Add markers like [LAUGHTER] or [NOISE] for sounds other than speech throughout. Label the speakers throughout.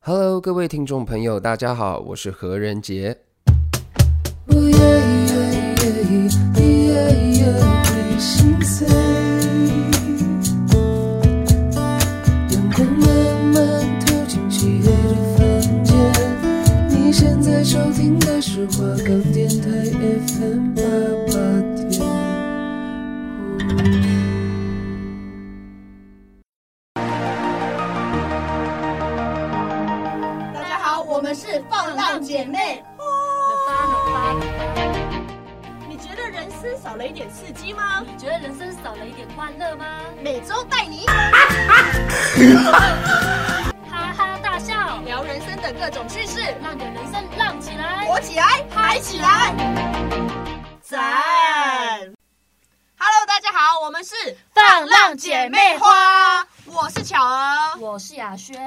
Speaker 1: Hello，各位听众朋友，大家好，我是何仁杰。
Speaker 2: 阳光慢慢透进漆黑的房间。你现在收听的是华冈电台 FM 八八点五。
Speaker 3: 大家好，我们是放浪姐妹。你觉得人生少了一点刺激吗？
Speaker 4: 觉得人生少了一点欢乐吗？
Speaker 3: 每周带你
Speaker 4: 哈哈大笑，
Speaker 3: 聊人生的各种趣事，
Speaker 4: 让你的人生浪起来。
Speaker 3: 火起来，嗨起来，赞！Hello，大家好，我们是
Speaker 4: 放浪
Speaker 3: 花，我是巧儿。
Speaker 4: 我是雅轩。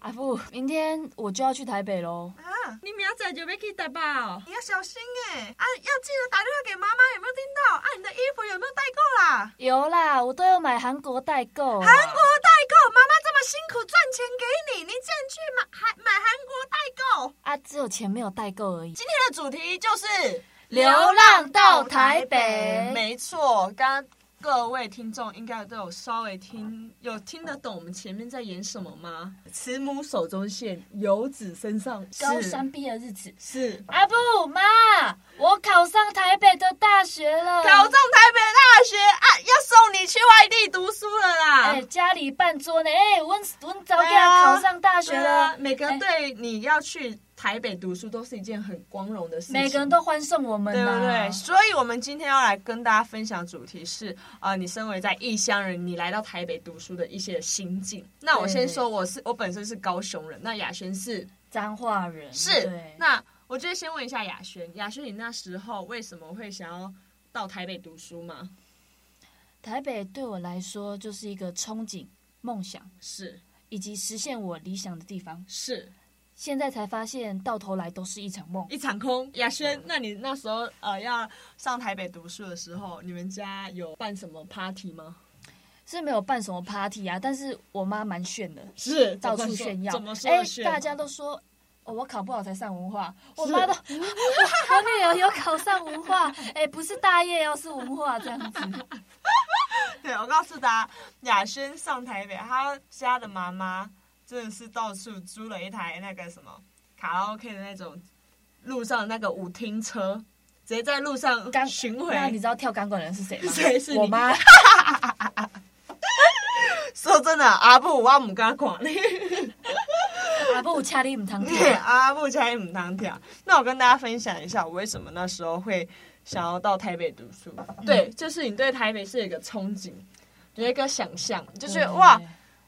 Speaker 4: 阿布，明天我就要去台北喽。
Speaker 3: 啊，
Speaker 5: 你明仔就要去台北哦。
Speaker 3: 你要小心哎、啊，要记得打电话给妈妈，有没有听到？啊，你的衣服有没有带够啦？
Speaker 4: 有啦，我都有买韩国代购。
Speaker 3: 韩国代购，妈妈这么辛苦赚钱给你，你竟然去买韩买韩国代购？
Speaker 4: 啊，只有钱没有代购而已。
Speaker 3: 今天的主题就是
Speaker 4: 流浪到台北
Speaker 5: 没错，刚刚各位听众应该都有稍微听，有听得懂我们前面在演什么吗？慈母手中线，游子身上是
Speaker 4: 高三毕业的日子，
Speaker 5: 是
Speaker 4: 阿布妈，我考上台北的大学了。
Speaker 3: 考上台北大学啊，要送你去外地读书了啦！
Speaker 4: 哎、家里办桌呢，哎、我我早给
Speaker 5: 对啊
Speaker 4: 考上大学
Speaker 5: 对
Speaker 4: 了。
Speaker 5: 啊，每个
Speaker 4: 哎
Speaker 5: 对你要去台北读书都是一件很光荣的事情，
Speaker 4: 每个人都欢送我们
Speaker 5: 对
Speaker 4: 呐、
Speaker 5: 不对？所以，我们今天要来跟大家分享主题是，呃，你身为在异乡人，你来到台北读书的一些心境。那我先说，我是我本身是高雄人，那雅轩是
Speaker 4: 彰化人
Speaker 5: 是
Speaker 4: 对。
Speaker 5: 那我就先问一下雅轩，雅轩，你那时候为什么会想要到台北读书吗？
Speaker 4: 台北对我来说就是一个憧憬、梦想
Speaker 5: 是
Speaker 4: 以及实现我理想的地方。
Speaker 5: 是
Speaker 4: 现在才发现，到头来都是一场梦。
Speaker 5: 一场空。雅轩，
Speaker 4: 嗯
Speaker 5: 那你那时候呃要上台北读书的时候，你们家有办什么 party 吗？
Speaker 4: 是没有办什么 party 啊，但是我妈蛮炫的，
Speaker 5: 是
Speaker 4: 到处炫耀
Speaker 5: 怎么。说
Speaker 4: 哎、
Speaker 5: 的炫？
Speaker 4: 大家都说。哦、我考不好才上文化，我妈都 [LAUGHS] 我我女儿有考上文化，哎、不是大业哦，是文化这样子。
Speaker 5: [LAUGHS] 对，我告诉大家，雅轩上台北，他家的妈妈真的是到处租了一台那个什么卡拉 OK 的那种路上那个舞厅车，直接在路上
Speaker 4: 钢
Speaker 5: 巡
Speaker 4: 那你
Speaker 5: 回
Speaker 4: 知。道跳钢管的人是谁吗？
Speaker 5: 谁是你 [LAUGHS]
Speaker 4: 我妈。
Speaker 5: 说真的，阿布我唔敢管你， [LAUGHS]
Speaker 4: 阿布恰你唔通啊听。
Speaker 5: 阿布才唔当跳。那我跟大家分享一下，我为什么那时候会想要到台北读书。
Speaker 4: 嗯
Speaker 5: 对，就是你对台北是有一个憧憬，有一个想象，就觉得哇，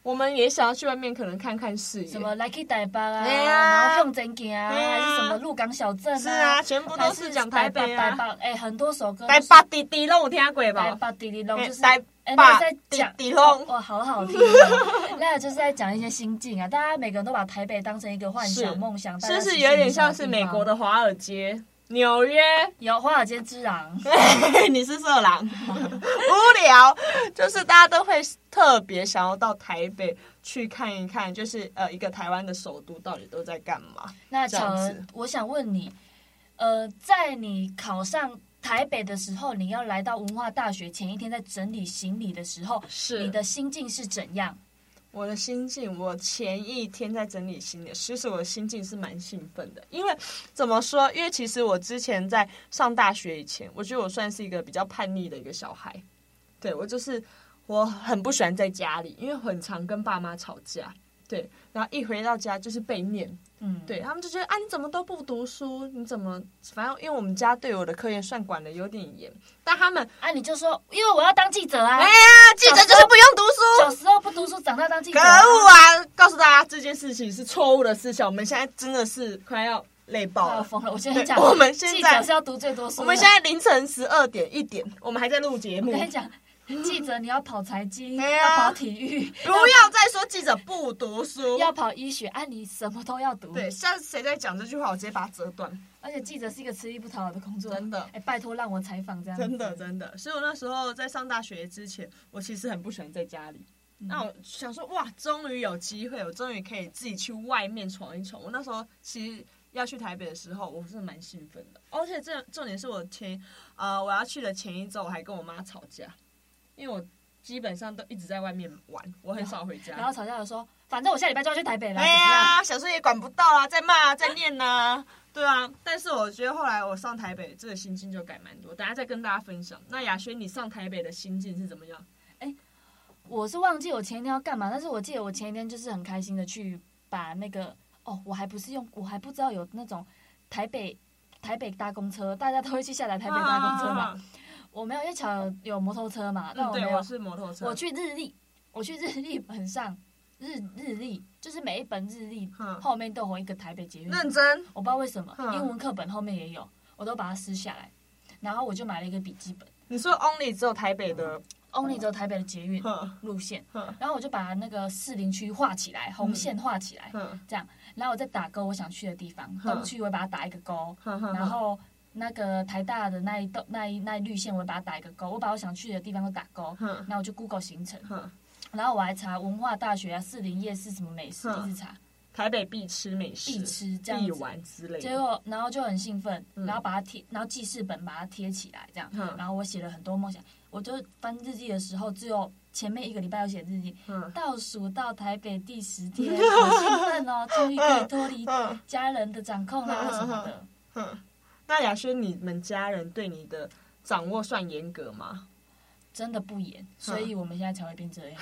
Speaker 5: 我们也想要去外面可能看看视野。
Speaker 4: 什么来去台北啊，
Speaker 5: 对啊
Speaker 4: 然后向前行啊，
Speaker 5: 对啊
Speaker 4: 还是什么鹿港小镇啊，
Speaker 5: 是啊，全部都是讲台北
Speaker 4: 还
Speaker 5: 啊
Speaker 4: 是台。北，台北哎，很多首歌都
Speaker 5: 台
Speaker 4: 是
Speaker 5: 北滴滴拢有听过
Speaker 4: 台
Speaker 5: 吧？
Speaker 4: 北滴滴龙，就是
Speaker 5: 台北
Speaker 4: 哎那个在讲
Speaker 5: 滴滴龙
Speaker 4: 哇，好好听
Speaker 5: [LAUGHS]
Speaker 4: 哦，那个就是在讲一些心境啊，大家每个人都把台北当成一个幻
Speaker 5: 是
Speaker 4: 想梦想，
Speaker 5: 是不是有点像是美国
Speaker 4: 的
Speaker 5: 的华尔街、纽约？
Speaker 4: 有华尔街之狼？
Speaker 5: 你是色狼，无聊，就是大家都会特别想要到台北去看一看，就是呃，一个台湾的首都到底都在干嘛？
Speaker 4: 那
Speaker 5: 这样
Speaker 4: 巧
Speaker 5: 子
Speaker 4: 儿，我想问你，呃，在你考上台北的时候，你要来到文化大学前一天，在整理行李的时候，
Speaker 5: 是
Speaker 4: 你的心境是怎样？
Speaker 5: 我的心境，我前一天在整理行李，其实我的心境是蛮兴奋的，因为怎么说？因为其实我之前在上大学以前，我觉得我算是一个比较叛逆的一个小孩，对我就是我很不喜欢在家里，因为很常跟爸妈吵架，对，然后一回到家就是被念，
Speaker 4: 嗯，
Speaker 5: 对他们就觉得啊，你怎么都不读书？你怎么反正因为我们家对我的科研算管的有点严，但他们
Speaker 4: 啊，你就说，因为我要当记者啊，
Speaker 5: 哎呀，记者就是不用读书
Speaker 4: 小，时候不读书，长大当记者、
Speaker 5: 可恶！啊！告诉大家这件事情是错误的思想，我们现在真的是快要累爆
Speaker 4: 啊，
Speaker 5: 了。
Speaker 4: 疯了！我现在讲，
Speaker 5: 对我们现在
Speaker 4: 记者是要读最多书的。
Speaker 5: 我们现在凌晨十二点一点，我们还在录节目
Speaker 4: 我，跟你讲，记者你要跑财经，
Speaker 5: 对啊
Speaker 4: 要跑体育，
Speaker 5: 不要再说记者不读书。
Speaker 4: 要跑医学，啊，你什么都要读。
Speaker 5: 对，，下次谁再讲这句话，我直接把它折断。
Speaker 4: 而且记者是一个吃力不讨好的工作，
Speaker 5: 真的
Speaker 4: 哎，拜托让我采访这样子，
Speaker 5: 真的，真的。所以我那时候在上大学之前，我其实很不喜欢在家里，
Speaker 4: 嗯
Speaker 5: 那我想说，哇，终于有机会，我终于可以自己去外面闯一闯。我那时候其实要去台北的时候，我是蛮兴奋的，而且这重点是我前呃我要去的前一周，我还跟我妈吵架，因为我基本上都一直在外面玩，我很少回家。
Speaker 4: 然后吵架的说，反正我下礼拜就要去台北了，
Speaker 5: 哎呀，小时候也管不到啊，在骂、啊，在念呐、对啊。但是我觉得后来我上台北，这个心境就改蛮多。等下再跟大家分享。那雅轩，你上台北的心境是怎么样？
Speaker 4: 我是忘记我前一天要干嘛，但是我记得我前一天就是很开心的去把那个哦，我还不是用，我还不知道有那种台北台北搭公车，大家都会去下载台北搭公车嘛。
Speaker 5: 啊？
Speaker 4: 我没有，因为巧有摩托车嘛，但
Speaker 5: 嗯，
Speaker 4: 我没
Speaker 5: 对，
Speaker 4: 有。
Speaker 5: 我是摩托车。
Speaker 4: 我去日历，我去日历本上日日历，就是每一本日历
Speaker 5: 嗯
Speaker 4: 后面都有一个台北捷运。
Speaker 5: 认真，
Speaker 4: 我不知道为什么，
Speaker 5: 嗯
Speaker 4: 英文课本后面也有，我都把它撕下来，然后我就买了一个笔记本
Speaker 5: 你说 only 只有台北的，嗯
Speaker 4: ，only 只有台北的捷运
Speaker 5: 哼
Speaker 4: 路线，
Speaker 5: 哼
Speaker 4: 然后我就把那个士林区画起来，红线画起来，
Speaker 5: 哼
Speaker 4: 这样，然后我再打勾我想去的地方，
Speaker 5: 嗯
Speaker 4: 东区我会把它打一个勾，
Speaker 5: 哼哼，
Speaker 4: 然后那个台大的那一栋那一那一绿线我会把它打一个勾，我把我想去的地方都打勾，
Speaker 5: 哼
Speaker 4: 然后我就 Google 行程，
Speaker 5: 哼，
Speaker 4: 然后我还查文化大学啊、士林夜市什么美食，
Speaker 5: 嗯
Speaker 4: 一直查
Speaker 5: 台北必吃美食、
Speaker 4: 必吃这样
Speaker 5: 必
Speaker 4: 子。
Speaker 5: 玩之类
Speaker 4: 结
Speaker 5: 的。
Speaker 4: 果，然后就很兴奋，
Speaker 5: 嗯
Speaker 4: 然后把它贴，然后记事本把它贴起来，这样。
Speaker 5: 嗯
Speaker 4: 然后我写了很多梦想，我就翻日记的时候，只有前面一个礼拜要写日记，
Speaker 5: 嗯
Speaker 4: 倒数到台北第
Speaker 5: [LAUGHS]
Speaker 4: 十天，好兴奋哦，终于可以脱离
Speaker 5: 嗯
Speaker 4: 家人的掌控啦什么的。
Speaker 5: 哼，那雅轩，你们家人对你的掌握算严格吗？
Speaker 4: 真的不严，
Speaker 5: 嗯
Speaker 4: 所以我们现在才会
Speaker 5: [LAUGHS]
Speaker 4: 变这样。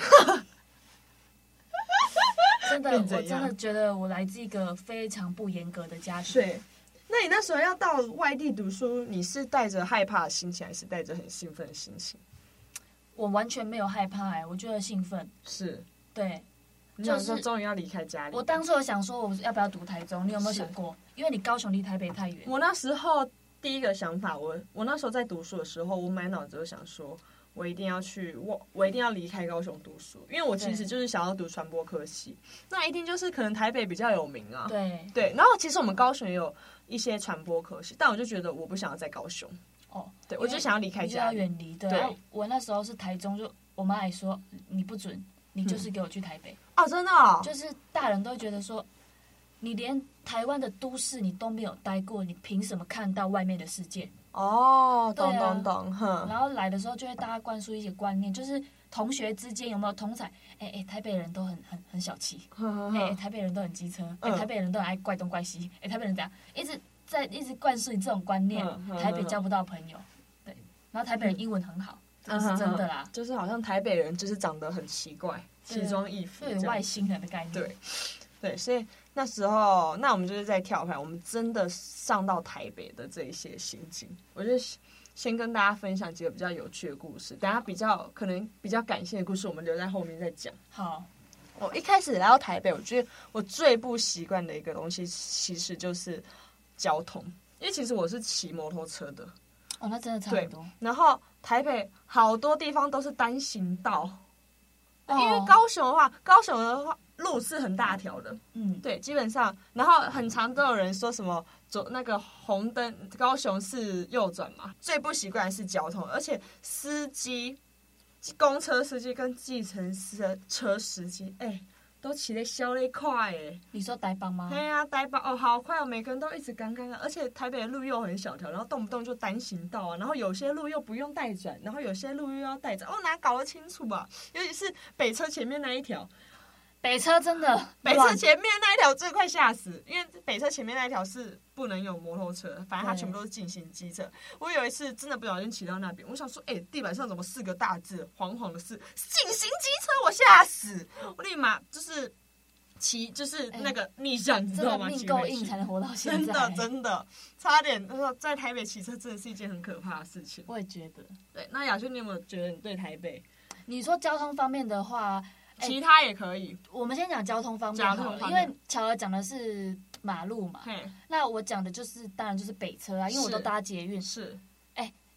Speaker 4: 真的，
Speaker 5: 变怎
Speaker 4: 我
Speaker 5: 样
Speaker 4: 真的觉得我来自一个非常不严格的家庭。
Speaker 5: 对，那你那时候要到外地读书，你是带着害怕的心情，还是带着很兴奋的心情？
Speaker 4: 我完全没有害怕哎、我觉得兴奋。
Speaker 5: 是，
Speaker 4: 对
Speaker 5: 你想
Speaker 4: 就
Speaker 5: 说
Speaker 4: 是
Speaker 5: 终于要离开家里。
Speaker 4: 我当初有想说，我要不要读台中？你有没有
Speaker 5: 是
Speaker 4: 想过？因为你高雄离台北太远。
Speaker 5: 我那时候第一个想法，我我那时候在读书的时候，我满脑子就想说，我一定要去，我我一定要离开高雄读书，因为我其实
Speaker 4: 对
Speaker 5: 就是想要读传播科系，那一定就是可能台北比较有名啊。
Speaker 4: 对，
Speaker 5: 对，然后其实我们高雄也有一些传播科系，但我就觉得我不想要在高雄，
Speaker 4: 哦，
Speaker 5: 对
Speaker 4: 因
Speaker 5: 我
Speaker 4: 为
Speaker 5: 就想要离开
Speaker 4: 你就要
Speaker 5: 家里。
Speaker 4: 远离。对，
Speaker 5: 对
Speaker 4: 然后我那时候是台中，就我妈也说你不准，你就是给我去台北。
Speaker 5: 哦，真的、哦，
Speaker 4: 就是大人都觉得说，你连台湾的都市你都没有待过，你凭什么看到外面的世界？
Speaker 5: 哦，懂
Speaker 4: 对啊
Speaker 5: 懂懂，哼，
Speaker 4: 然后来的时候就会大家灌输一些观念，就是同学之间有没有同彩？哎哎，台北人都很很很小气，
Speaker 5: 哼
Speaker 4: 哎、
Speaker 5: 哼
Speaker 4: 台北人都很机车，哎、
Speaker 5: 嗯
Speaker 4: 台北人都很爱怪东怪西，哎、台北人怎样，一直在一直灌输你这种观念，
Speaker 5: 嗯嗯
Speaker 4: 台北交不到朋友，对，然后台北人英文很好，这个
Speaker 5: 嗯
Speaker 4: 是真的啦，
Speaker 5: 就是好像台北人就是长得很奇怪，
Speaker 4: 对
Speaker 5: 奇装异服
Speaker 4: 就
Speaker 5: 这
Speaker 4: 有
Speaker 5: 样
Speaker 4: 外星人的概念，
Speaker 5: 对，对，所以那时候，那我们就是在跳盘，我们真的上到台北的这一些心境，我就先跟大家分享几个比较有趣的故事，等下比较可能比较感性的故事，我们留在后面再讲。
Speaker 4: 好，
Speaker 5: 我一开始来到台北，我觉得我最不习惯的一个东西，其实就是交通，因为其实我是骑摩托车的，
Speaker 4: 哦，那真的差
Speaker 5: 对
Speaker 4: 很多，
Speaker 5: 然后台北好多地方都是单行道，
Speaker 4: 哦
Speaker 5: 因为高雄的话，高雄的话路是很大条的。
Speaker 4: 嗯，
Speaker 5: 对，基本上，然后很常都有人说什么左那个红灯，高雄是右转嘛。最不习惯的是交通，而且司机、公车司机跟计程车车司机，哎、都骑得消得快哎、
Speaker 4: 你说呆帮吗？
Speaker 5: 哎呀、呆吧哦，好快哦，每个人都一直赶赶赶，而且台北的路又很小条，然后动不动就单行道啊，然后有些路又不用带转，然后有些路又要带转，哦，哪搞得清楚啊？尤其是北车前面那一条，
Speaker 4: 北车真的
Speaker 5: [LAUGHS] 北车
Speaker 4: 乱
Speaker 5: 前面那一条最快吓死，因为北车前面那一条是不能有摩托车，反正它
Speaker 4: 对
Speaker 5: 全部都是进行机车。我有一次真的不小心骑到那边，我想说，哎、地板上怎么四个大字黄黄的字“进行机车”，我吓死，我立马就是骑就是那个逆向，你知
Speaker 4: 真
Speaker 5: 道
Speaker 4: 的
Speaker 5: 吗？
Speaker 4: 哎命
Speaker 5: 骑
Speaker 4: 够
Speaker 5: 回
Speaker 4: 硬
Speaker 5: 去
Speaker 4: 才能
Speaker 5: [LAUGHS]
Speaker 4: 活到现
Speaker 5: 真
Speaker 4: 在，
Speaker 5: 的真的差点，他说在台北骑车真的是一件很可怕的事情。
Speaker 4: 我也觉得。
Speaker 5: 对，那雅轩，你有没有觉得你对台北？
Speaker 4: 你说交通方面的话，哎
Speaker 5: 其他也可以，
Speaker 4: 我们先讲交通方面
Speaker 5: 交
Speaker 4: 好
Speaker 5: 通
Speaker 4: 了，
Speaker 5: 方
Speaker 4: 因
Speaker 5: 面
Speaker 4: 为乔儿讲的是马路嘛，
Speaker 5: 嘿，
Speaker 4: 那我讲的就是当然就是北车啊，因为我
Speaker 5: 是
Speaker 4: 都搭捷运，
Speaker 5: 是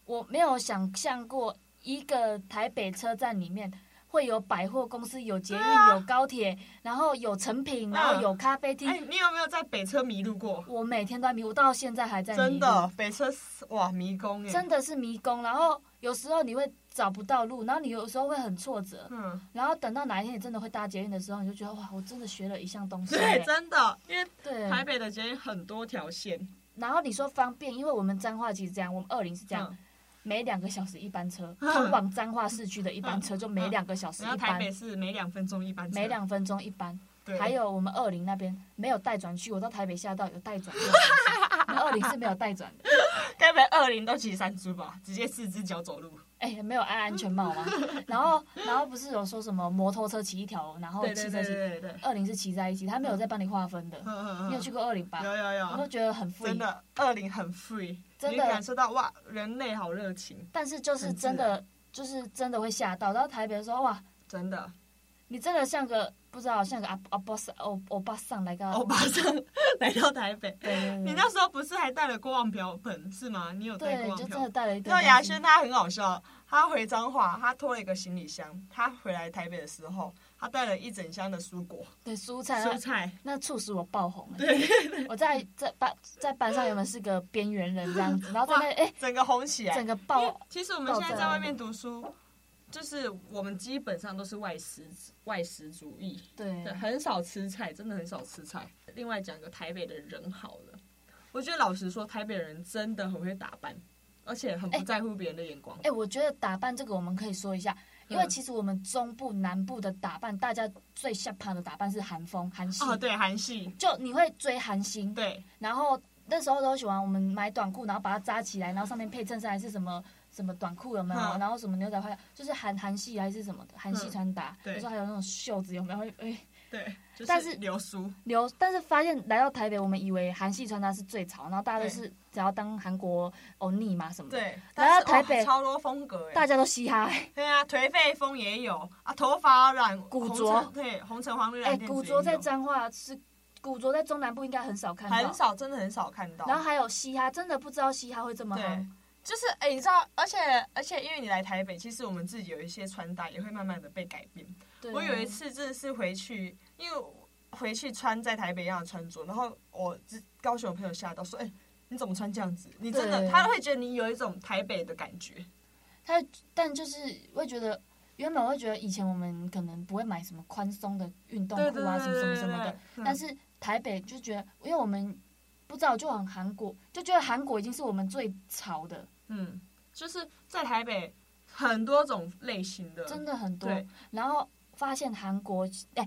Speaker 4: 我没有想象过一个台北车站里面。会有百货公司、有捷运、有高铁，然后有成
Speaker 5: 啊嗯
Speaker 4: 品，然后有咖啡厅。
Speaker 5: 哎、你有没有在北车迷路过？
Speaker 4: 我每天都在迷路，我到现在还在迷路
Speaker 5: 真的，嗯北车哇迷宫耶！
Speaker 4: 真的是迷宫。然后有时候你会找不到路，然后你有时候会很挫折。
Speaker 5: 嗯，
Speaker 4: 然后等到哪一天你真的会搭捷运的时候，你就觉得哇，我真的学了一项东西耶。
Speaker 5: 对，真的，因为
Speaker 4: 对
Speaker 5: 台北的捷运很多条线，
Speaker 4: 然后你说方便，因为我们彰化其实这样，我们二零是这样，
Speaker 5: 嗯
Speaker 4: 每两个小时一班车，
Speaker 5: 嗯
Speaker 4: 通往彰化市区的一班车就每
Speaker 5: 嗯
Speaker 4: 两个小时
Speaker 5: 然后
Speaker 4: 一
Speaker 5: 台
Speaker 4: 班，
Speaker 5: 北是每两分钟一班车，
Speaker 4: 每两分钟一班。
Speaker 5: 对，
Speaker 4: 还有我们二零那边没有带转区，我到台北下到有带转，
Speaker 5: [LAUGHS]
Speaker 4: 我们二零是没有带转的。
Speaker 5: 该不会二零都骑山猪吧？直接四只脚走路，
Speaker 4: 哎、没有安安全帽
Speaker 5: [LAUGHS]
Speaker 4: 吗？然后，然后不是有说什么摩托车骑一条，然后
Speaker 5: 对对
Speaker 4: 汽
Speaker 5: 对
Speaker 4: 车哦骑
Speaker 5: 对对对，
Speaker 4: 二零是骑在一起，他没有在帮你划分的。
Speaker 5: 嗯
Speaker 4: 你有去过二零吧？
Speaker 5: 有有
Speaker 4: 我都
Speaker 5: 有，
Speaker 4: 觉得很 free，
Speaker 5: 真的，二零很 free，
Speaker 4: 真
Speaker 5: 你
Speaker 4: 的
Speaker 5: 感受到哇，人类好热情，
Speaker 4: 但是就是真的，就是真的会吓到。然后台北说哇，
Speaker 5: 真的，
Speaker 4: 你真的像个不知道像个阿阿巴上欧欧巴啊上来个，
Speaker 5: 欧巴桑哦来到台北，
Speaker 4: 对对
Speaker 5: 你
Speaker 4: 对
Speaker 5: 那时候不是还带了锅忘瓢盆是吗？你有带
Speaker 4: 对
Speaker 5: 锅
Speaker 4: 对，
Speaker 5: 忘
Speaker 4: 就
Speaker 5: 瓢
Speaker 4: 真
Speaker 5: 盆
Speaker 4: 的？带了一堆
Speaker 5: 那
Speaker 4: 东西
Speaker 5: 牙轩他很好笑，他回彰化，他拖了一个行李箱，他回来台北的时候，他带了一整箱的蔬果、
Speaker 4: 对蔬菜，
Speaker 5: 蔬
Speaker 4: 那
Speaker 5: 菜，
Speaker 4: 那促使我爆红。对，我在在班在班上原本是个边缘人这样子，然后在那哎、
Speaker 5: 整个红起来，
Speaker 4: 整个
Speaker 5: 因为
Speaker 4: 爆，
Speaker 5: 其实我们现在在外面读书，就是我们基本上都是外食外食主义，
Speaker 4: 对
Speaker 5: 对，很少吃菜，真的很少吃菜。另外讲个台北的人好了，我觉得老实说，台北人真的很会打扮，而且很不在乎别人的眼光。
Speaker 4: 哎、我觉得打扮这个我们可以说一下，因为
Speaker 5: 嗯
Speaker 4: 其实我们中部、南部的打扮，大家最下盘的打扮是韩风、韩系，
Speaker 5: 哦，对，韩系，
Speaker 4: 就你会追韩星，
Speaker 5: 对，
Speaker 4: 然后那时候都喜欢我们买短裤，然后把它扎起来，然后上面配衬衫还是什么什么短裤有没有？
Speaker 5: 嗯
Speaker 4: 然后什么牛仔裤，就是韩韩系还是什么的韩系
Speaker 5: 嗯
Speaker 4: 穿搭，
Speaker 5: 对
Speaker 4: 有时候还有那种袖子有没有？哎、
Speaker 5: 对，就
Speaker 4: 但
Speaker 5: 是
Speaker 4: 是
Speaker 5: 流苏，
Speaker 4: 留，但是发现来到台北，我们以为韩系穿搭是最潮，然后大家都
Speaker 5: 对
Speaker 4: 是只要当韩国欧尼嘛什么的，
Speaker 5: 对，
Speaker 4: 然后
Speaker 5: 但是
Speaker 4: 台北
Speaker 5: 哇超多风格
Speaker 4: 大
Speaker 5: 哎，
Speaker 4: 家都嘻哈、
Speaker 5: 对啊，颓废风也有啊，头发染
Speaker 4: 古
Speaker 5: 红
Speaker 4: 着
Speaker 5: 橙对，红橙黄绿
Speaker 4: 哎、
Speaker 5: 蓝靛
Speaker 4: 古
Speaker 5: 紫
Speaker 4: 着
Speaker 5: 也
Speaker 4: 在
Speaker 5: 有
Speaker 4: 彰化是古着在中南部应该很少看到，
Speaker 5: 很。少，真的很少看到。
Speaker 4: 然后还有嘻哈，真的不知道嘻哈会这么
Speaker 5: 对
Speaker 4: 红。，
Speaker 5: 就是哎、你知道，而且而且，因为你来台北，其实我们自己有一些穿搭也会慢慢的被改变。
Speaker 4: 对
Speaker 5: 我有一次真的是回去，因为我回去穿在台北一样的穿着，然后我自高雄的朋友吓到说：“哎、你怎么穿这样子？你真的，
Speaker 4: 对
Speaker 5: 他会觉得你有一种台北的感觉。
Speaker 4: 他，但就是会觉得，原本会觉得以前我们可能不会买什么宽松的运”动
Speaker 5: 对
Speaker 4: 裤
Speaker 5: 对
Speaker 4: 啊，
Speaker 5: 对
Speaker 4: 什么
Speaker 5: 对对
Speaker 4: 什么什么的。
Speaker 5: 对
Speaker 4: 但是台北就觉得，因为我们不知道就很韩国，就觉得韩国已经是我们最潮的，
Speaker 5: 嗯，就是在台北很多种类型的，
Speaker 4: 真的很多。
Speaker 5: 嗯对
Speaker 4: 然后发现韩国，哎、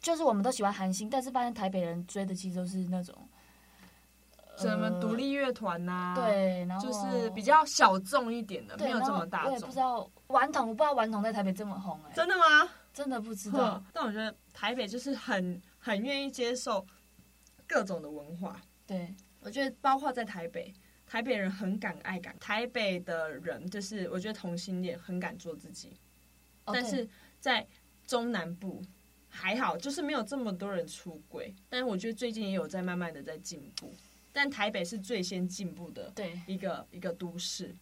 Speaker 4: 就是我们都喜欢韩星，但是发现台北人追的其实都是那种，
Speaker 5: 什么
Speaker 4: 呃
Speaker 5: 独立乐团呐，，
Speaker 4: 对，然后
Speaker 5: 啊就是比较小众一点的，
Speaker 4: 对
Speaker 5: 没有这么
Speaker 4: 然
Speaker 5: 大
Speaker 4: 后我也
Speaker 5: 众
Speaker 4: 不知。道顽童，我不知道顽童在台北这么红、哎，
Speaker 5: 真的吗？
Speaker 4: 真的不知道
Speaker 5: 哼，，但我觉得台北就是很很愿意接受各种的文化。
Speaker 4: 对。
Speaker 5: 我觉得包括在台北，台北人很敢爱敢，台北的人就是我觉得同性恋很敢做自己，
Speaker 4: 哦
Speaker 5: 但
Speaker 4: 对
Speaker 5: 是在中南部。还好，就是没有这么多人出轨，但是我觉得最近也有在慢慢的在进步，但台北是最先进步的
Speaker 4: 对，
Speaker 5: 一个一个都市，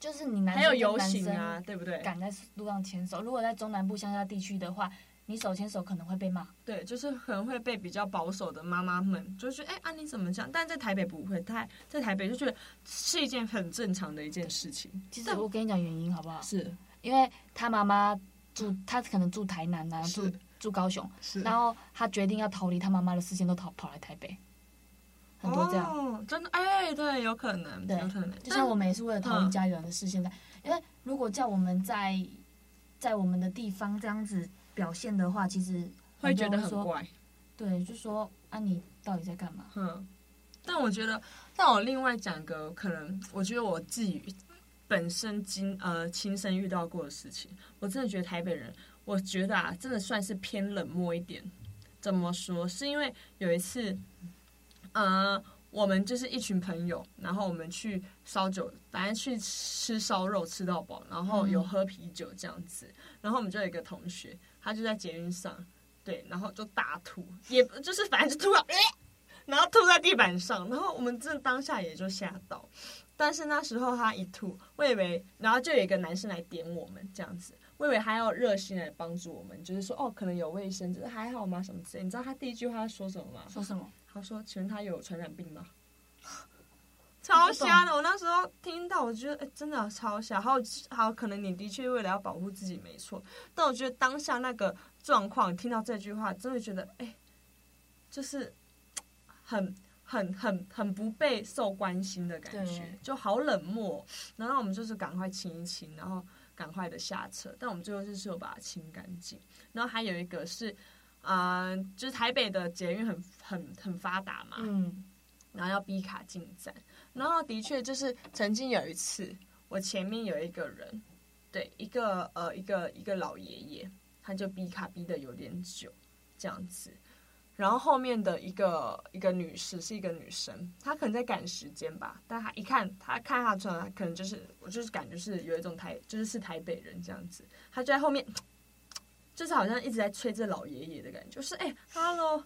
Speaker 4: 就是你男
Speaker 5: 还有
Speaker 4: 生跟
Speaker 5: 游
Speaker 4: 男
Speaker 5: 行
Speaker 4: 生
Speaker 5: 啊，对不对？
Speaker 4: 敢在路上牵手。如果在中南部乡下地区的话，你手牵手可能会被骂。
Speaker 5: 对，就是可能会被比较保守的妈妈们就觉得，哎、啊你怎么这样？但在台北不会，在在台北就觉得是一件很正常的一件事情。
Speaker 4: 其实
Speaker 5: 但
Speaker 4: 我跟你讲原因好不好？嗯
Speaker 5: 是
Speaker 4: 因为他妈妈住，他可能住台南啊，住
Speaker 5: 是
Speaker 4: 住高雄，
Speaker 5: 是
Speaker 4: 然后他决定要逃离他妈妈的视线，都逃跑来台北，很多这样。
Speaker 5: 哦、真的，哎、对，有可能，
Speaker 4: 对
Speaker 5: 有可能，
Speaker 4: 就像我们也是为了逃离家人的视线在，因为如果叫我们在在我们的地方这样子表现的话，其实
Speaker 5: 但会觉得
Speaker 4: 多人
Speaker 5: 很
Speaker 4: 说，
Speaker 5: 怪，
Speaker 4: 对，就说啊，你到底在干嘛？
Speaker 5: 嗯。但我觉得，但我另外讲个可能，我觉得我自己本身经呃亲身遇到过的事情，我真的觉得台北人，我觉得啊，真的算是偏冷漠一点。怎么说？是因为有一次，呃，我们就是一群朋友，然后我们去烧酒，反正去吃烧肉吃到饱，然后有喝啤酒这样子。然后我们就有一个同学，他就在捷运上，对，然后就大吐，也就是反正就突然，然后吐在地板上，然后我们真的当下也就吓到。但是那时候他一吐，我以为，然后就有一个男生来点我们这样子，我以为他要热心来帮助我们，就是说哦，可能有卫生纸，还好吗？什么之类。你知道他第一句话说什么吗？
Speaker 4: 说什么？
Speaker 5: 他说：“请问他有传染病吗？”超瞎的！我那时候听到，我觉得哎、真的超瞎。还有，还有，可能你的确为了要保护自己没错，但我觉得当下那个状况，听到这句话，真的觉得哎、就是很、很、很、很不被受关心的感觉
Speaker 4: 对，
Speaker 5: 就好冷漠。然后我们就是赶快清一清，然后赶快的下车。但我们最后就是有把它清干净。然后还有一个是，嗯、就是台北的捷运很、很、很发达嘛，
Speaker 4: 嗯，
Speaker 5: 然后要逼卡进站。然后的确就是曾经有一次，我前面有一个人，对，一个呃一个一个老爷爷，他就逼卡逼的有点久，这样子。然后后面的一个一个女士是一个女生，她可能在赶时间吧，但她一看她看她穿的，她可能就是我就是感觉是有一种台就是是台北人这样子，她就在后面，就是好像一直在催这老爷爷的感觉，就是哎、哈 h e l l o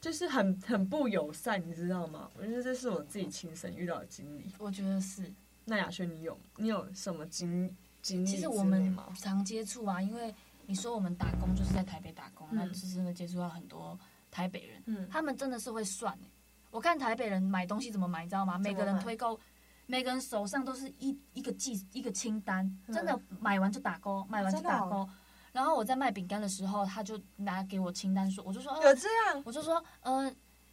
Speaker 5: 就是很 [LAUGHS] 很不友善，你知道吗？我觉得这是我自己亲身遇到的经历。
Speaker 4: 我觉得是。
Speaker 5: 那雅轩，你有你有什么经经历
Speaker 4: 其
Speaker 5: 之
Speaker 4: 实
Speaker 5: 类
Speaker 4: 我们
Speaker 5: 吗？
Speaker 4: 常接触啊，因为你说我们打工就是在台北打工，
Speaker 5: 嗯
Speaker 4: 那就是真的接触到很多台北人，
Speaker 5: 嗯
Speaker 4: 他们真的是会算、欸、我看台北人买东西怎么买，你知道
Speaker 5: 么
Speaker 4: 吗？
Speaker 5: 买
Speaker 4: 每个人推购，每个人手上都是一一个记一个清单，
Speaker 5: 嗯
Speaker 4: 真的买完就打勾，买完就
Speaker 5: 真
Speaker 4: 打
Speaker 5: 的哦
Speaker 4: 勾。然后我在卖饼干的时候，他就拿给我清单说，我
Speaker 5: [LAUGHS]
Speaker 4: 就说，
Speaker 5: 有
Speaker 4: 呃、
Speaker 5: 这样，
Speaker 4: 我就说，嗯、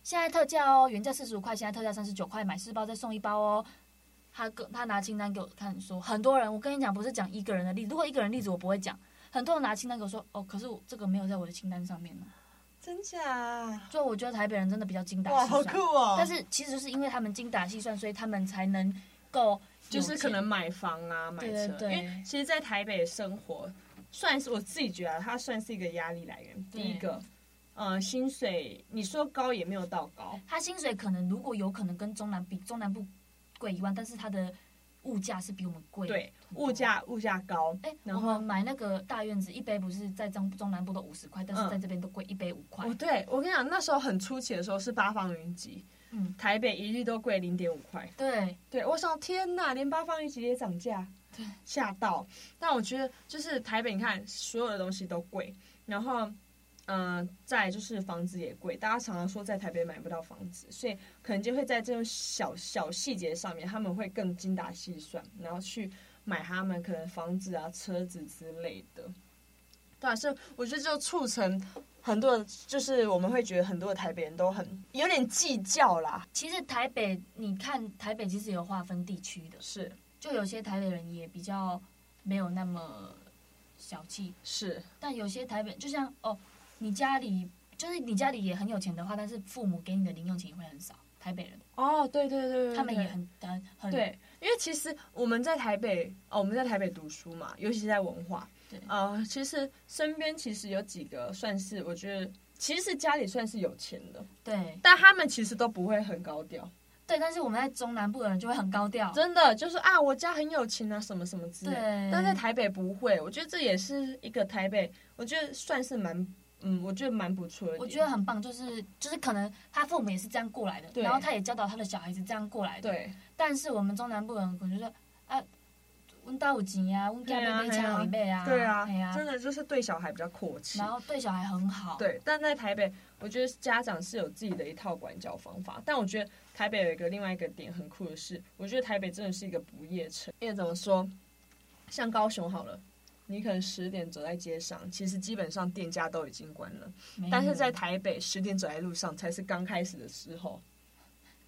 Speaker 4: 现在特价哦，原价四十五块，现在特价三十九块，买四包再送一包哦。他跟他拿清单给我看，说很多人，我跟你讲，不是讲一个人的例子，如果一个人例子我不会讲，很多人拿清单给我说，哦，可是我这个没有在我的清单上面呢。
Speaker 5: 真假？
Speaker 4: 所以我觉得台北人真的比较精打
Speaker 5: 哇，
Speaker 4: 细
Speaker 5: 好
Speaker 4: 算，
Speaker 5: 酷哦！
Speaker 4: 但是其实是因为他们精打细算，所以他们才能够有
Speaker 5: 就是可能买房啊、买
Speaker 4: 对
Speaker 5: 车，
Speaker 4: 对对
Speaker 5: 因为其实，在台北生活，算是我自己觉得它算是一个压力来源。第
Speaker 4: 对
Speaker 5: 一个，呃，薪水你说高也没有到高，
Speaker 4: 他薪水可能如果有可能跟中南比，中南部贵一万，但是他的物价是比我们贵。
Speaker 5: 对，物。价物价高，
Speaker 4: 哎、
Speaker 5: 然
Speaker 4: 我
Speaker 5: 后
Speaker 4: 们买那个大院子一杯不是在中中南部都五十块，但是在这边都贵一杯五块
Speaker 5: 嗯哦，。对我跟你讲，那时候很初期的时候是八方云集，
Speaker 4: 嗯，
Speaker 5: 台北一律都贵零点五块。
Speaker 4: 对，
Speaker 5: 对，我想天呐，连八方云集也涨价，
Speaker 4: 对，
Speaker 5: 吓到。但我觉得就是台北，你看所有的东西都贵，然后，嗯、再来就是房子也贵，大家常常说在台北买不到房子，所以可能就会在这种小小细节上面，他们会更精打细算，然后去买他们可能房子啊、车子之类的。对啊，所以我觉得就促成很多的，就是我们会觉得很多的台北人都很有点计较啦，
Speaker 4: 其实台北，你看台北其实有划分地区的，
Speaker 5: 是
Speaker 4: 就有些台北人也比较没有那么小气，
Speaker 5: 是，
Speaker 4: 但有些台北就像哦，你家里就是你家里也很有钱的话，但是父母给你的零用钱也会很少。台北人
Speaker 5: 哦，对对对对，
Speaker 4: 他们也
Speaker 5: 对
Speaker 4: 很很很
Speaker 5: 对，因为其实我们在台北，哦，我们在台北读书嘛，尤其是在文化，
Speaker 4: 对
Speaker 5: 呃，其实身边其实有几个算是我觉得，其实家里算是有钱的，
Speaker 4: 对
Speaker 5: 但他们其实都不会很高调，
Speaker 4: 对，但是我们在中南部的人就会很高调，
Speaker 5: 真的就是啊，我家很有钱啊，什么什么之类的。
Speaker 4: 对，
Speaker 5: 但在台北不会，我觉得这也是一个台北，我觉得算是蛮，嗯，我觉得蛮不错的点。
Speaker 4: 我觉得很棒，就是就是可能他父母也是这样过来的，
Speaker 5: 对
Speaker 4: 然后他也教导他的小孩子这样过来的，
Speaker 5: 对，
Speaker 4: 但是我们中南部人可能就说啊，温大有钱啊，温家
Speaker 5: 对啊
Speaker 4: 妹妹家有一辈啊，
Speaker 5: 对啊
Speaker 4: 哎呀，，
Speaker 5: 真的就是对小孩比较阔气。
Speaker 4: 然后对小孩很好，
Speaker 5: 对，但在台北，我觉得家长是有自己的一套管教方法。但我觉得台北有一个另外一个点很酷的是，我觉得台北真的是一个不夜城。因为怎么说，像高雄好了，你可能十点走在街上，其实基本上店家都已经关了。
Speaker 4: 没有
Speaker 5: 但是在台北，十点走在路上才是刚开始的时候。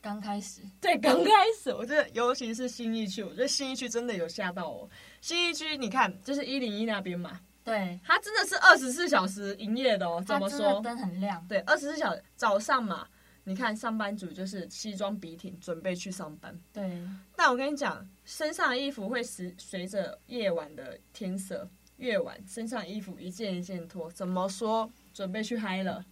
Speaker 4: 刚开始
Speaker 5: 对，刚开始，我觉得尤其是新义区，我觉得新义区真的有吓到我。新义区，你看，就是一零一那边嘛，
Speaker 4: 对，
Speaker 5: 它真的是二十四小时营业的哦。怎
Speaker 4: 他
Speaker 5: 么
Speaker 4: 真
Speaker 5: 说
Speaker 4: 的？灯很亮，
Speaker 5: 对，二十四小时早上嘛，你看上班族就是西装笔挺，准备去上班。
Speaker 4: 对
Speaker 5: 但我跟你讲，身上的衣服会随随着夜晚的天色，越晚身上的衣服一件一件脱。怎么说？准备去嗨了。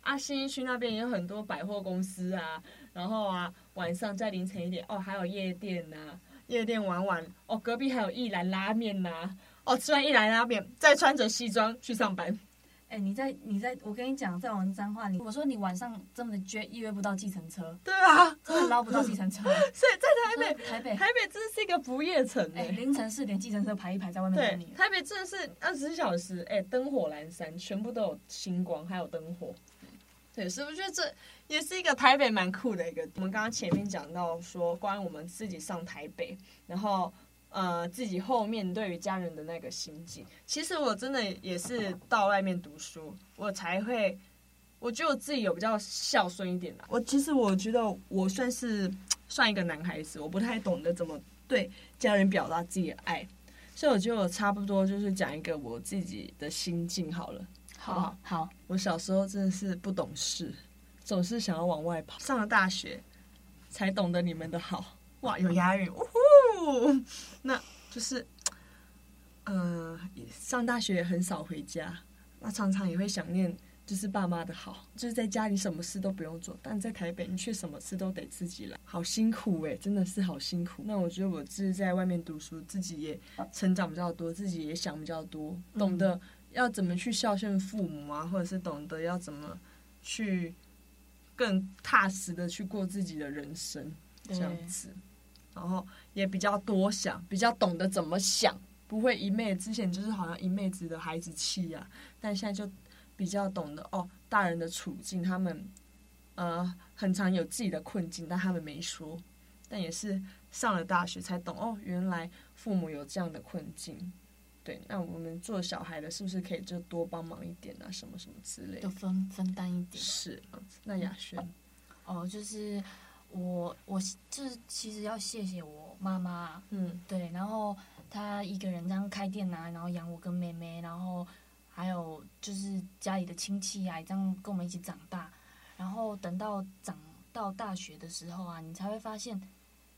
Speaker 5: 啊，新一区那边也有很多百货公司啊，然后啊，晚上再凌晨一点哦，还有夜店呐、夜店玩玩哦，隔壁还有一兰拉面呐、哦，吃完一兰拉面，再穿着西装去上班，
Speaker 4: 哎、你在你在我跟你讲，在玩脏话，你我说你晚上真的约约不到计程车，
Speaker 5: 对啊，
Speaker 4: 真的捞不到计程车。
Speaker 5: [LAUGHS] 所以在台
Speaker 4: 真的台北
Speaker 5: 北，，哎台北真的是一个不夜城
Speaker 4: 哎、
Speaker 5: 哎、
Speaker 4: 凌晨四点计程车排一排在外面等
Speaker 5: 对
Speaker 4: 你，。
Speaker 5: 台北真的是二十四小时，哎、灯火阑珊，全部都有星光，还有灯火。对，所以我觉得这也是一个台北蛮酷的一个。我们刚刚前面讲到说，关于我们自己上台北，然后呃自己后面对于家人的那个心境，其实我真的也是到外面读书，我才会，我觉得我自己有比较孝顺一点啦。我其实我觉得我算是算一个男孩子，我不太懂得怎么对家人表达自己的爱。所以我觉得我差不多就是讲一个我自己的心境好了，好不好？
Speaker 4: 好，
Speaker 5: 我小时候真的是不懂事，总是想要往外跑。上了大学，才懂得你们的好。哇，有押韵，呜呼！那就是，呃，上大学很少回家，那常常也会想念就是爸妈的好，就是在家里什么事都不用做，但在台北你却什么事都得自己来，好辛苦诶、真的是好辛苦。那我觉得我是在外面读书，自己也成长比较多，自己也想比较多，懂得要怎么去孝顺父母啊，或者是懂得要怎么去更踏实的去过自己的人生这
Speaker 4: 对
Speaker 5: 样子，然后也比较多想，比较懂得怎么想。不会一昧之前就是好像一妹子的孩子气呀、但现在就比较懂得哦，大人的处境，他们呃很常有自己的困境，但他们没说，但也是上了大学才懂哦，原来父母有这样的困境。对，那我们做小孩的，是不是可以就多帮忙一点啊，什么什么之类
Speaker 4: 就
Speaker 5: 的？
Speaker 4: 分分担一点。
Speaker 5: 是，那雅轩，
Speaker 4: 哦，就是我我就是其实要谢谢我妈妈，
Speaker 5: 嗯
Speaker 4: 对，然后她一个人这样开店啊，然后养我跟妹妹，然后还有就是家里的亲戚啊，这样跟我们一起长大。然后等到长到大学的时候啊，你才会发现，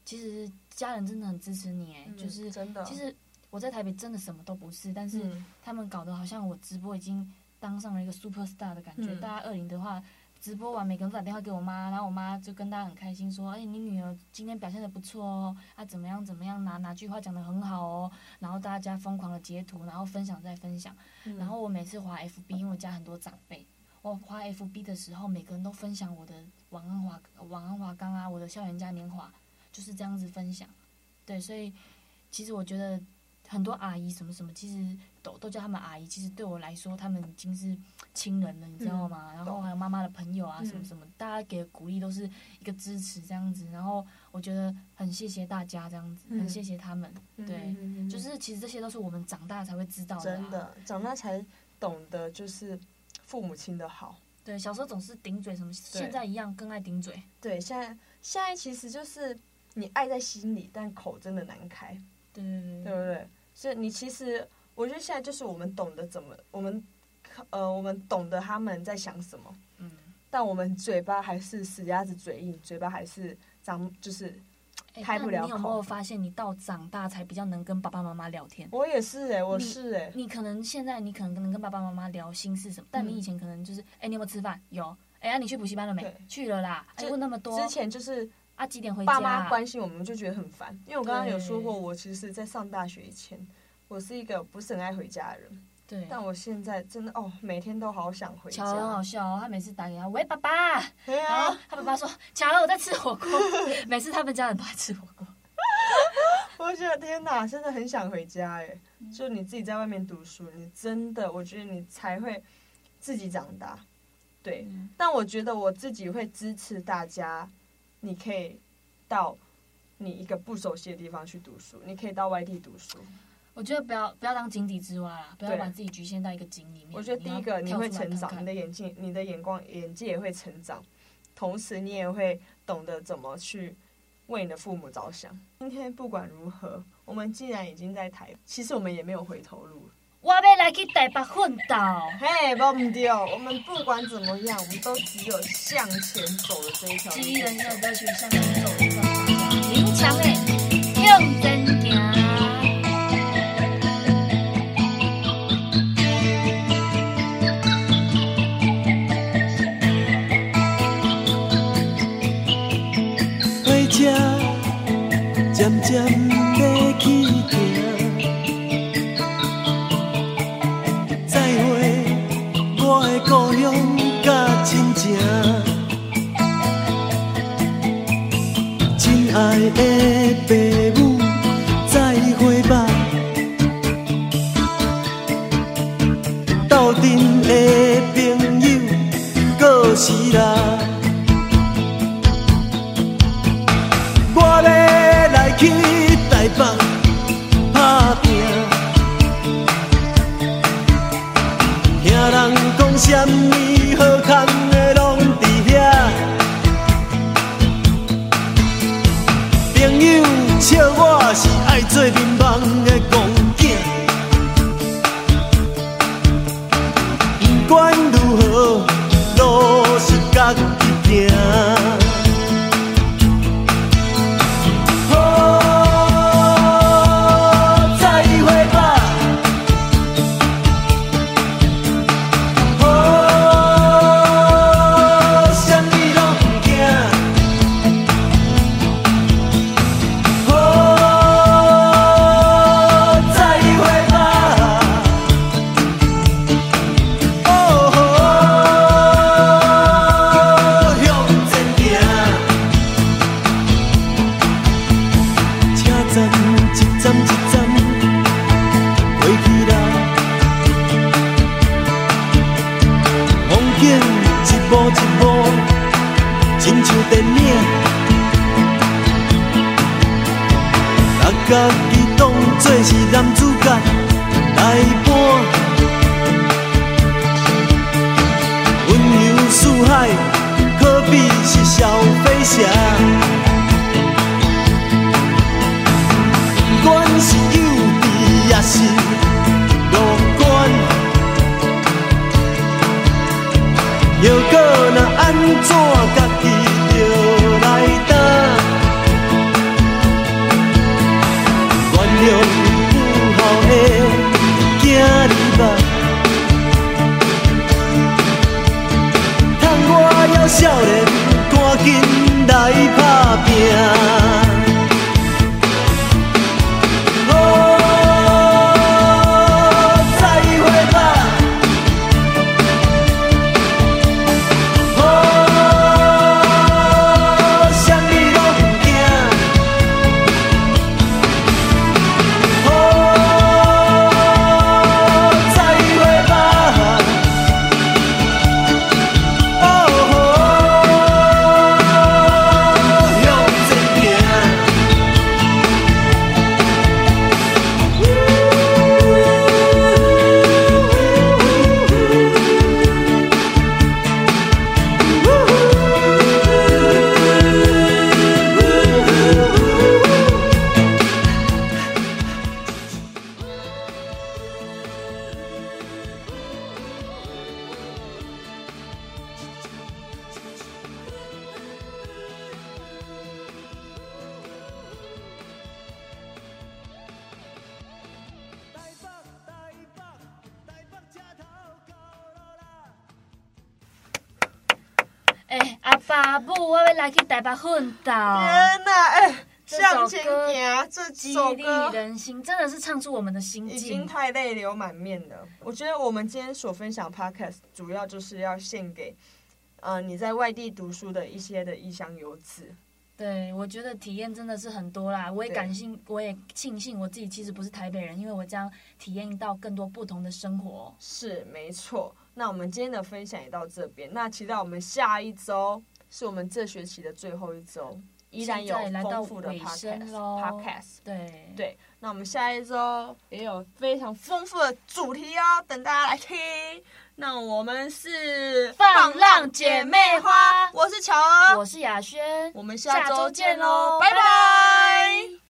Speaker 4: 其实家人真的很支持你哎、就是
Speaker 5: 嗯真的
Speaker 4: 其实我在台北真的什么都不是，但是
Speaker 5: 嗯
Speaker 4: 他们搞得好像我直播已经当上了一个 super star 的感觉。
Speaker 5: 嗯
Speaker 4: 大家二零的话，直播完每个人都打电话给我妈，然后我妈就跟大家很开心说：“哎、你女儿今天表现的不错哦，啊怎么样怎么样，哪哪句话讲的很好哦。”然后大家疯狂的截图，然后分享再分享。
Speaker 5: 嗯
Speaker 4: 然后我每次滑 FB，因为我家很多长辈，我滑 FB 的时候，每个人都分享我的晚安华晚安华冈啊，我的校园嘉年华，就是这样子分享。对，所以其实我觉得很多阿姨什么什么，其实都都叫他们阿姨，其实对我来说，他们已经是亲人了，你知道吗？然后还有妈妈的朋友啊，
Speaker 5: 嗯
Speaker 4: 什么什么，大家给的鼓励都是一个支持这样子。然后我觉得很谢谢大家这样子，很
Speaker 5: 嗯
Speaker 4: 谢谢他们。对，就。
Speaker 5: 嗯嗯嗯嗯
Speaker 4: 是其实这些都是我们长大才会知道的、啊，
Speaker 5: 真的，长大才懂得就是父母亲的好。
Speaker 4: 对，小时候总是顶嘴什么，现在一样更爱顶嘴。
Speaker 5: 对，现在现在其实就是你爱在心里，但口真的难开，
Speaker 4: 对对
Speaker 5: 对不对？所以你其实，我觉得现在就是我们懂得怎么，我们呃，我们懂得他们在想什么，
Speaker 4: 嗯，
Speaker 5: 但我们嘴巴还是死鸭子嘴硬，嘴巴还是张，就是
Speaker 4: 哎
Speaker 5: 开不
Speaker 4: 那
Speaker 5: 了
Speaker 4: 你有没有
Speaker 5: 口
Speaker 4: 发现，你到长大才比较能跟爸爸妈妈聊天？
Speaker 5: 我也是哎、我是哎、
Speaker 4: 你可能现在你可能能跟爸爸妈妈聊心事什么，但你
Speaker 5: 嗯
Speaker 4: 以前可能就是，哎、你有没有吃饭？有。哎、啊你去补习班了没
Speaker 5: 对？
Speaker 4: 去了啦。哎、
Speaker 5: 就
Speaker 4: 问那么多
Speaker 5: 之，前就是
Speaker 4: 啊，几点回家啊？
Speaker 5: 爸妈关心我们就觉得很烦，因为我刚刚有说过，
Speaker 4: 对
Speaker 5: 我其实，在上大学以前，我是一个不是很爱回家的人。
Speaker 4: 对。
Speaker 5: 但我现在真的哦，每天都好想回
Speaker 4: 乔恩好
Speaker 5: 家。
Speaker 4: 笑哦，他每次打给他，喂爸爸，
Speaker 5: 对
Speaker 4: 然后
Speaker 5: 啊，
Speaker 4: 他爸爸说，乔恩我在吃火锅，每次他们家人都在吃火锅，
Speaker 5: 我觉得天哪，真的很想回家哎！
Speaker 4: 嗯
Speaker 5: 就你自己在外面读书，你真的，我觉得你才会自己长大。对，
Speaker 4: 嗯
Speaker 5: 但我觉得我自己会支持大家，你可以到你一个不熟悉的地方去读书，你可以到外地读书。
Speaker 4: 我觉得不要不要当井底之蛙啦，不要
Speaker 5: 对
Speaker 4: 把自己局限到一个井里面。
Speaker 5: 我觉得第一个
Speaker 4: 要
Speaker 5: 你
Speaker 4: 跳
Speaker 5: 会
Speaker 4: 出来
Speaker 5: 成
Speaker 4: 看
Speaker 5: 长，
Speaker 4: 看
Speaker 5: 你的眼睛、你的眼光、眼界也会成长，同时你也会懂得怎么去为你的父母着想。今天不管如何，我们既然已经在台，其实我们也没有回头路。
Speaker 4: 我要来去台北奋斗。
Speaker 5: 嘿，不唔对，我们不管怎么样，我们都只有向前走的这一条
Speaker 4: 记忆人
Speaker 5: 路。
Speaker 4: 生的歌曲向前走，林强的向前行。
Speaker 2: 火车渐渐要起行，再会，我
Speaker 6: 爱的父母，再会吧。斗阵的朋友，过时啦。我要来去台北打拼，听人讲什么好康的拢伫遐。朋友笑我是爱做面盲的戆囝，不管如何，路是家己行。好，再会吧。好，什么拢不惊。哦，再会吧。哦，向前行。车站一站一站过去啦，风景一幕一幕，亲像电影。把家己当作是男主角来扮，温柔似海，可比是小飞侠。不管是幼稚也是乐观，药果若安怎，家己就来担。原谅母后的囝儿吧。趁我还少年，赶紧来打拼。哦，再会吧。哦，什么拢不惊。哦，再会吧。哦，向前行。台北，台北，台北车头到落啦。
Speaker 4: 哎、阿爸母，我要来去台北奋
Speaker 5: [LAUGHS]
Speaker 4: 斗。
Speaker 5: 天哪，哎，
Speaker 4: 这首
Speaker 5: 向
Speaker 4: 歌
Speaker 5: 前行啊这
Speaker 4: 激
Speaker 5: 几首
Speaker 4: 励
Speaker 5: 歌。
Speaker 4: 人心，真的是唱出我们的心
Speaker 5: 已
Speaker 4: 境
Speaker 5: 经。太泪流满面了。我觉得我们今天所分享的 podcast 主要就是要献给，呃，你在外地读书的一些的异乡游子。
Speaker 4: 对，我觉得体验真的是很多啦。我也
Speaker 5: 对
Speaker 4: 感性，我也庆幸我自己其实不是台北人，因为我这样体验到更多不同的生活。
Speaker 5: 是，没错。那我们今天的分享也到这边，那期待我们下一周是我们这学期的最后一周，依然有
Speaker 4: 现在来到
Speaker 5: 丰富的
Speaker 4: 尾声
Speaker 5: podcast
Speaker 4: 咯
Speaker 5: podcast。
Speaker 4: 对，
Speaker 5: 对，那我们下一周也有非常丰富的主题哦，等大家来听。那我们是
Speaker 4: 放浪姐妹花
Speaker 5: 我是乔儿，
Speaker 4: 我是雅轩，
Speaker 5: 我们下
Speaker 4: 下周
Speaker 5: 周见
Speaker 4: 见
Speaker 5: 喽
Speaker 4: 喽，
Speaker 5: 拜拜。
Speaker 4: 拜拜